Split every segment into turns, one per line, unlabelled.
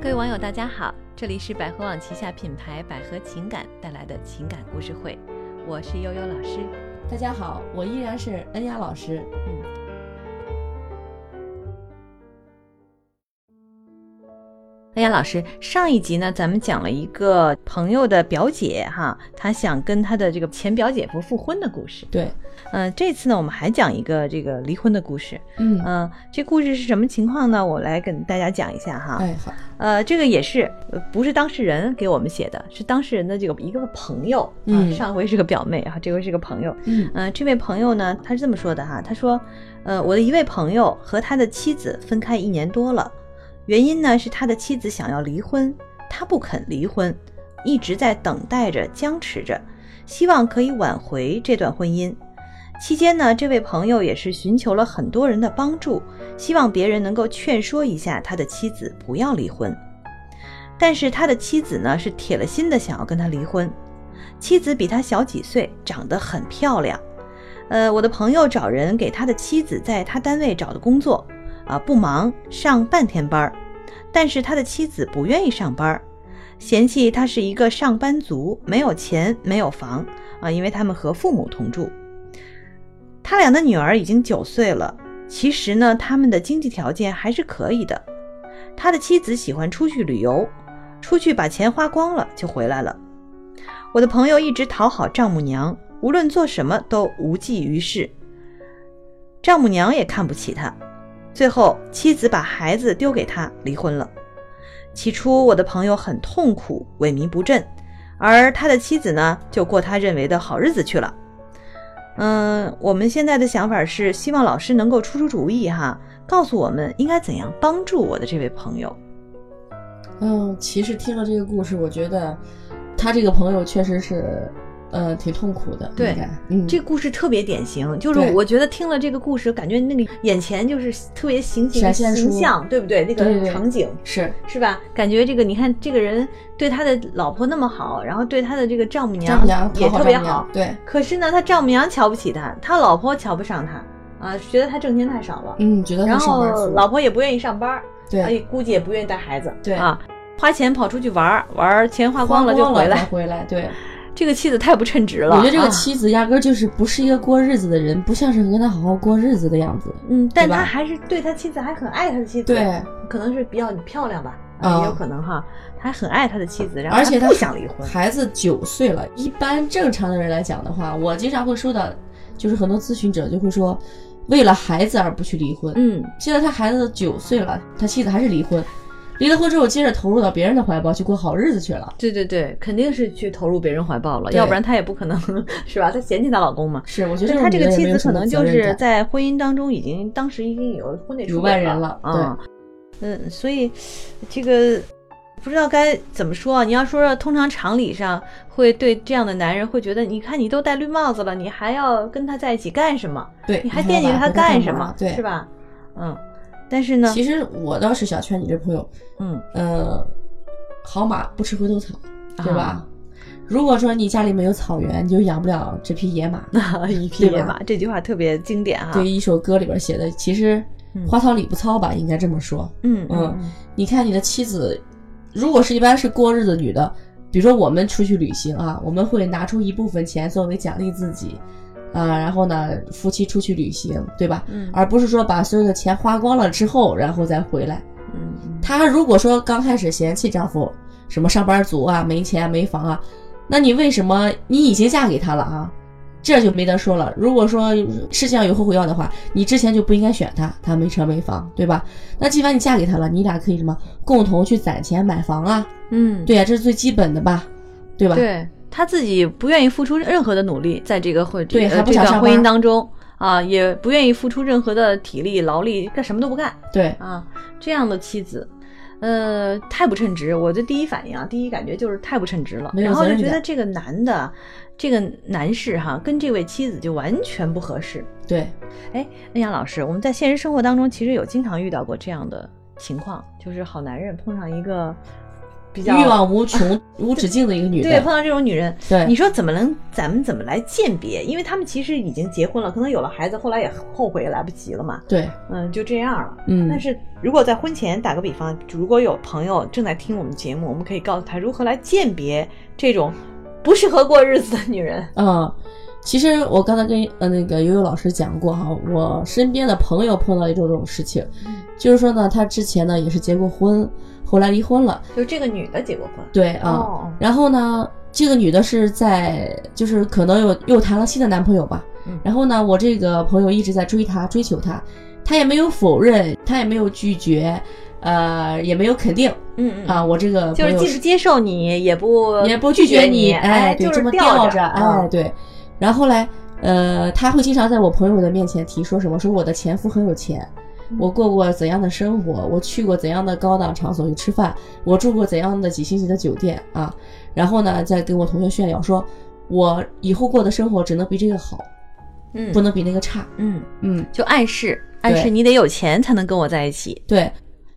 各位网友，大家好，这里是百合网旗下品牌百合情感带来的情感故事会，我是悠悠老师。
大家好，我依然是恩雅老师。
嗯，哎呀，老师，上一集呢，咱们讲了一个朋友的表姐哈，她想跟她的这个前表姐夫复婚的故事。
对，
嗯、这次呢，我们还讲一个这个离婚的故事。
嗯，
嗯、这故事是什么情况呢？我来跟大家讲一下哈。
哎，好，
呃，这个也是呃不是当事人给我们写的，是当事人的这个一个朋友。
嗯
啊，上回是个表妹啊，这回是个朋友。
嗯
呃，这位朋友呢，他是这么说的哈，他说，呃，我的一位朋友和他的妻子分开一年多了，原因呢是他的妻子想要离婚，他不肯离婚，一直在等待着、僵持着，希望可以挽回这段婚姻。期间呢，这位朋友也是寻求了很多人的帮助，希望别人能够劝说一下他的妻子不要离婚。但是他的妻子呢，是铁了心的想要跟他离婚。妻子比他小几岁，长得很漂亮。呃，我的朋友找人给他的妻子在他单位找的工作，啊，不忙，上半天班儿。但是他的妻子不愿意上班儿，嫌弃他是一个上班族，没有钱，没有房啊，因为他们和父母同住。他俩的女儿已经九岁了，其实呢，他们的经济条件还是可以的。他的妻子喜欢出去旅游，出去把钱花光了就回来了。我的朋友一直讨好丈母娘，无论做什么都无济于事，丈母娘也看不起他。最后，妻子把孩子丢给他，离婚了。起初，我的朋友很痛苦，萎靡不振，而他的妻子呢，就过他认为的好日子去了。嗯，我们现在的想法是，希望老师能够出出主意哈，告诉我们应该怎样帮助我的这位朋友。
嗯，其实听了这个故事，我觉得他这个朋友确实是，呃，挺痛苦的。
对
应该，嗯，
这故事特别典型，就是
对
我觉得听了这个故事，感觉那个眼前就是特别形形
闪现出
形象，对不对？那
对
个
对
场景
是
是吧？感觉这个你看，这个人对他的老婆那么好，然后对他的这个丈母
丈
娘
母娘
也
讨
特别
丈母娘
好，
对，
可是呢，他丈母娘瞧不起他，他老婆瞧不上他啊，觉得他挣钱太少了，
嗯，觉得
然
他上班
后
族
老婆也不愿意上班，
对
哎，估计也不愿意带孩子，
对
啊，花钱跑出去玩儿，玩儿钱花光
光
了就回
才
来，
回来，对，
这个妻子太不称职了。
我觉得这个
啊
妻子压根儿就是不是一个过日子的人，不像是跟他好好过日子的样子。
嗯，但
对吧
他还是对他妻子还很爱他的妻子，
对，
可能是比较漂亮吧，
啊
也有可能哈，他还很爱他的妻子，然后
而且
他
他
不想离 婚，
孩子九岁了，一般正常的人来讲的话，我经常会说到，就是很多咨询者就会说，为了孩子而不去离婚。
嗯，
现在他孩子九岁了，他妻子还是离婚，离了婚之后接着投入到别人的怀抱去过好日子去了。
对对对，肯定是去投入别人怀抱了，
对
要不然她也不可能 是吧？她嫌弃她老公嘛。
是，我觉得
对
种
她这个
女人
妻
没
子
有什
可
么
能
责
就
任
是
感
在婚姻当中已经当时已经有婚内
有
出轨
外人了
啊，嗯，所以这个不知道该怎么说啊。你要说说通常常理上会对这样的男人会觉得，你看你都戴绿帽子了，你还要跟他在一起干什么？
对，
你还
要
惦记
挽
着他
回
干
干
什
嘛
么？
对，
是？吧？嗯，但是呢，
其实我倒是想劝你这朋友，
嗯，
呃，好马不吃回头草，对吧？
啊
如果说你家里没有草原，你就养不了这匹野马。
一匹
对
野
吧
马这句话特别经典哈。
对于一首歌里边写的，其实
啊嗯
花草理不糙吧，应该这么说。
嗯
嗯
嗯
你看你的妻子，如果是一般是过日子的女的，比如说我们出去旅行啊，我们会拿出一部分钱作为奖励自己，啊、然后呢，夫妻出去旅行，对吧？
嗯
而不是说把所有的钱花光了之后，然后再回来。
嗯
她如果说刚开始嫌弃丈夫什么上班族啊、没钱啊、没房啊，那你为什么你已经嫁给他了啊？这就没得说了。如果说世界上有后悔药的话，你之前就不应该选他，他没车没房，对吧？那既然你嫁给他了，你俩可以什么共同去攒钱买房啊？
嗯，
对呀、这是最基本的吧，对吧？
对，他自己不愿意付出任何的努力，在这个婚
对
呃
还不
这
想
段
上
婚姻
班
当中啊，也不愿意付出任何的体力劳力，干什么都不干
对
啊，这样的妻子。呃，太不称职！我的第一反应啊，第一感觉就是太不称职了，
没有
然后
责
就
任
觉得
感
这个男的，这个男士哈，跟这位妻子就完全不合适。
对
那样老师，我们在现实生活当中其实有经常遇到过这样的情况，就是好男人碰上一个比
欲
较
望无穷、无止境的一个女
对，
的
碰。到这种女人，
对
你说怎么能咱们怎么来鉴别？因为他们其实已经结婚了，可能有了孩子，后来也后悔也来不及了嘛，
对，
嗯，就这样了。但
嗯，
是如果在婚前打个比方，如果有朋友正在听我们节目，我们可以告诉他如何来鉴别这种不适合过日子的女人。
嗯，其实我刚才跟呃那个悠悠老师讲过哈，我身边的朋友碰到一种这种事情，
嗯
就是说呢，她之前呢也是结过婚，后来离婚了，
就这个女的结过婚，
对啊。
哦，
然后呢，这个女的是在就是可能有又谈了新的男朋友吧
嗯。
然后呢，我这个朋友一直在追她，追求她，她也没有否认，她也没有拒绝，呃，也没有肯定
嗯嗯
啊。我这个
就
朋
是
友
既不接受你，也不
也不
拒
拒绝
你，
哎，对，
就
这
是
么
吊
吊着，哎，，对。然后后来，呃，她会经常在我朋友的面前提说什么，说我的前夫很有钱，我过过怎样的生活，我去过怎样的高档场所去吃饭，我住过怎样的几星级的酒店啊。然后呢，再跟我同学炫耀说，我以后过的生活只能比这个好，
嗯
不能比那个差。
嗯，
嗯，
就暗示暗示
对
你得有钱才能跟我在一起，
对。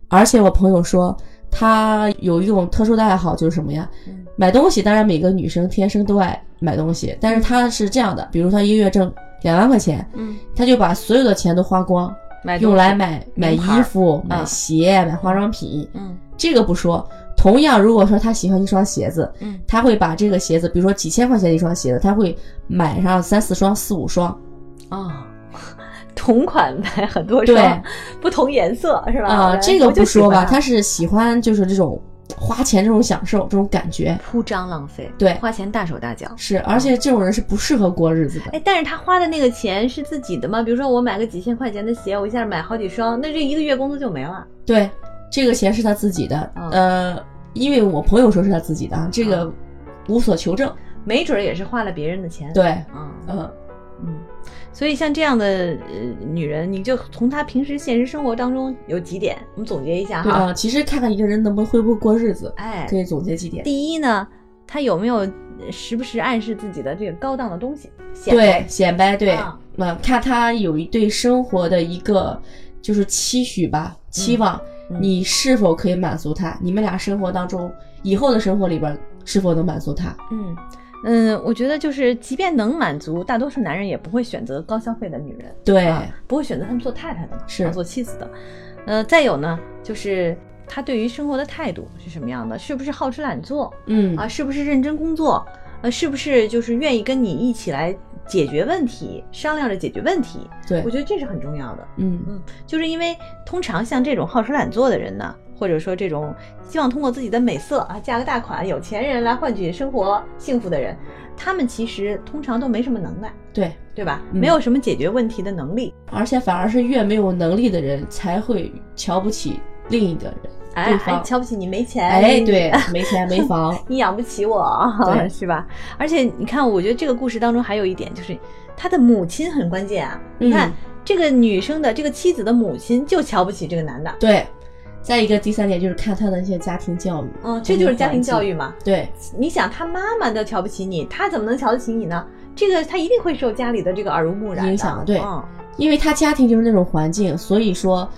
而且我朋友说，他有一种特殊的爱好，就是什么呀？买东西，当然每个女生天生都爱买东西，但是她是这样的，比如她一个月挣两万块钱，
嗯，
她就把所有的钱都花光，
买
用来
东西，
买买
名牌儿
衣服、
啊
买鞋、买化妆品。
嗯
这个不说，同样，如果说她喜欢一双鞋子，
嗯
她会把这个鞋子，比如说几千块钱一双鞋子，她会买上三四双、四五双。
啊。 同款买很多
哦对
双，不同颜色是吧？
啊、
我
这个
我就
不说
喜
吧，
欢
她是喜欢就是这种花钱这种享受这种感觉。
铺张浪费，
对
花钱大手大脚。
是，而且这种人是不适合过日子的。
哎，但是他花的那个钱是自己的吗？比如说我买个几千块钱的鞋，我一下买好几双，那这一个月工资就没了。
对，这个钱是他自己的，
嗯
呃，因为我朋友说是他自己的，啊，这个无所求证。
没准儿也是花了别人的钱。，
对，
啊、
嗯，
嗯，所以像这样的呃女人，你就从她平时现实生活当中有几点，我们总结一下
对
哈。
啊，其实看看一个人能不能会不会过日子，
哎
可，以总结几点。
第一呢，她有没有呃时不时暗示自己的这个高档的东西？显摆
对，，显摆，对
啊，
嗯，看他有一对生活的一个就是期许吧，期望，
嗯
你是否可以满足他？你们俩生活当中以后的生活里边是否能满足他？
嗯。嗯，我觉得就是，即便能满足，大多数男人也不会选择高消费的女人。
对，
啊，不会选择他们做太太的嘛，
是
啊做妻子的。呃，再有呢，就是他对于生活的态度是什么样的？是不是好吃懒做
嗯，
啊？是不是认真工作？呃，是不是就是愿意跟你一起来解决问题，商量着解决问题？
对
我，觉得这是很重要的，
嗯，
就是因为通常像这种好吃懒做的人呢。或者说，这种希望通过自己的美色啊，嫁个大款、有钱人来换取生活幸福的人，他们其实通常都没什么能耐，
对，
对吧？
嗯
没有什么解决问题的能力，
而且反而是越没有能力的人才会瞧不起另一个人。
哎，
对
还
方
瞧不起你没钱，
哎，
你
对，没钱没
，
房
你养不起我，啊
对
是吧？而且你看，我觉得这个故事当中还有一点就是，她的母亲很关键啊。
嗯
你看这个女生的这个妻子的母亲就瞧不起这个男的，
对。再一个，第三点就是看他的一些家庭教育，
嗯，这就是家庭教育嘛。
对，
你想，她妈妈都瞧不起你，她怎么能瞧得起你呢？这个她一定会受家里的这个耳濡目染的
影响对
嗯
因为他家庭就是那种环境，所以说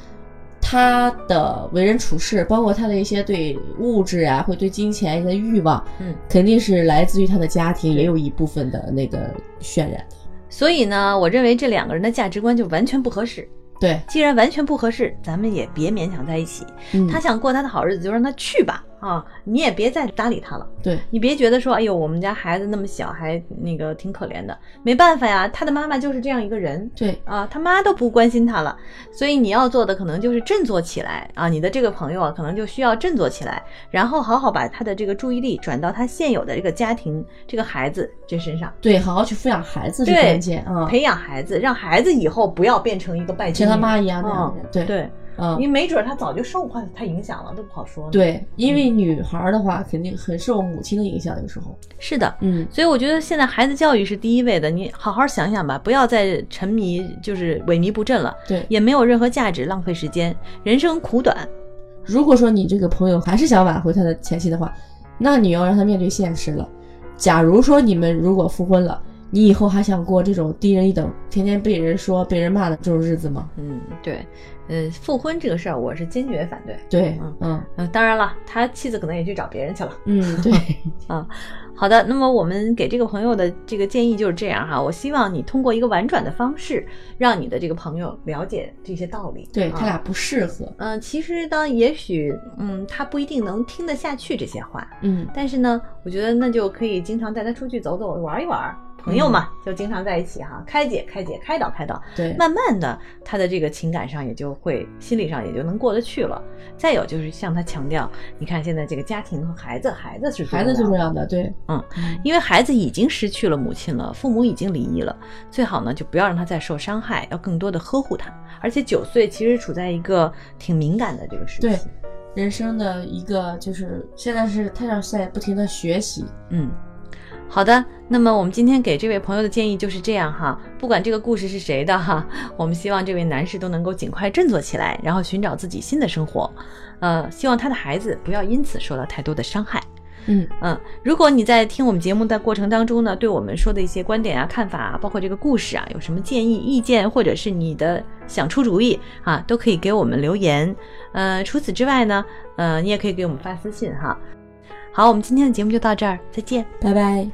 他的为人处事，包括他的一些对物质啊，会对金钱一些欲望，
嗯。
肯定是来自于他的家庭，
对
也有一部分的那个渲染的。
所以呢，我认为这两个人的价值观就完全不合适。
对，
既然完全不合适，咱们也别勉强在一起。
嗯，
他想过他的好日子，就让他去吧啊！你也别再搭理他了，
对
你别觉得说，哎呦，我们家孩子那么小，还那个挺可怜的，没办法呀，他的妈妈就是这样一个人
对
啊，他妈都不关心他了，所以你要做的可能就是振作起来啊，你的这个朋友啊，可能就需要振作起来，然后好好把他的这个注意力转到他现有的这个家庭、这个孩子这身上，
对，好好去抚养孩子是
对
关键啊，
培养孩子，让孩子以后不要变成一个拜金女。
像他妈一样那样
嗯
的人，对，
对，
嗯
因为，没准他早就受坏他影响了，都不好说呢。，
对，因为女孩儿的话，肯定很受母亲的影响，有时候。
是的，
嗯，
所以我觉得现在孩子教育是第一位的，你好好想想吧，不要再沉迷，就是萎靡不振了，
对。
也没有任何价值，浪费时间，人生苦短。
如果说你这个朋友还是想挽回他的前妻的话，那你要让他面对现实了。假如说你们如果复婚了，你以后还想过这种低人一等、天天被人说、被人骂的这种日子吗？
嗯，对，呃，复婚这个事儿我是坚决反对。
对
嗯，
嗯
嗯、当然了，他妻子可能也去找别人去了。
嗯， 对，
好的，那么我们给这个朋友的这个建议就是这样哈，我希望你通过一个婉转的方式，让你的这个朋友了解这些道理。
对
啊
他俩不适合。
嗯、其实呢，也许，嗯，他不一定能听得下去这些话，
嗯，
但是呢，我觉得那就可以经常带他出去走走，玩一玩，朋友嘛，
嗯
就经常在一起哈，开解开解，开导开导，
对，
慢慢的，他的这个情感上也就会，心理上也就能过得去了。再有就是向他强调，你看现在这个家庭和孩子，孩子是
孩子最重
的
要的，对，
嗯，因为孩子已经失去了母亲了，父母已经离异了，最好呢就不要让他再受伤害，要更多的呵护他。而且九岁其实处在一个挺敏感的这个时期，
对人生的一个就是现在是他要在不停的学习，
嗯。好的，那么我们今天给这位朋友的建议就是这样哈，不管这个故事是谁的哈， 我们希望这位男士都能够尽快振作起来，然后寻找自己新的生活，呃，希望他的孩子不要因此受到太多的伤害。
嗯，
嗯，如果你在听我们节目的过程当中呢，对我们说的一些观点啊、看法啊，包括这个故事啊，有什么建议、意见，或者是你的想出主意啊，都可以给我们留言。呃，除此之外呢，呃，你也可以给我们发私信哈。好，我们今天的节目就到这儿，再见。
拜拜。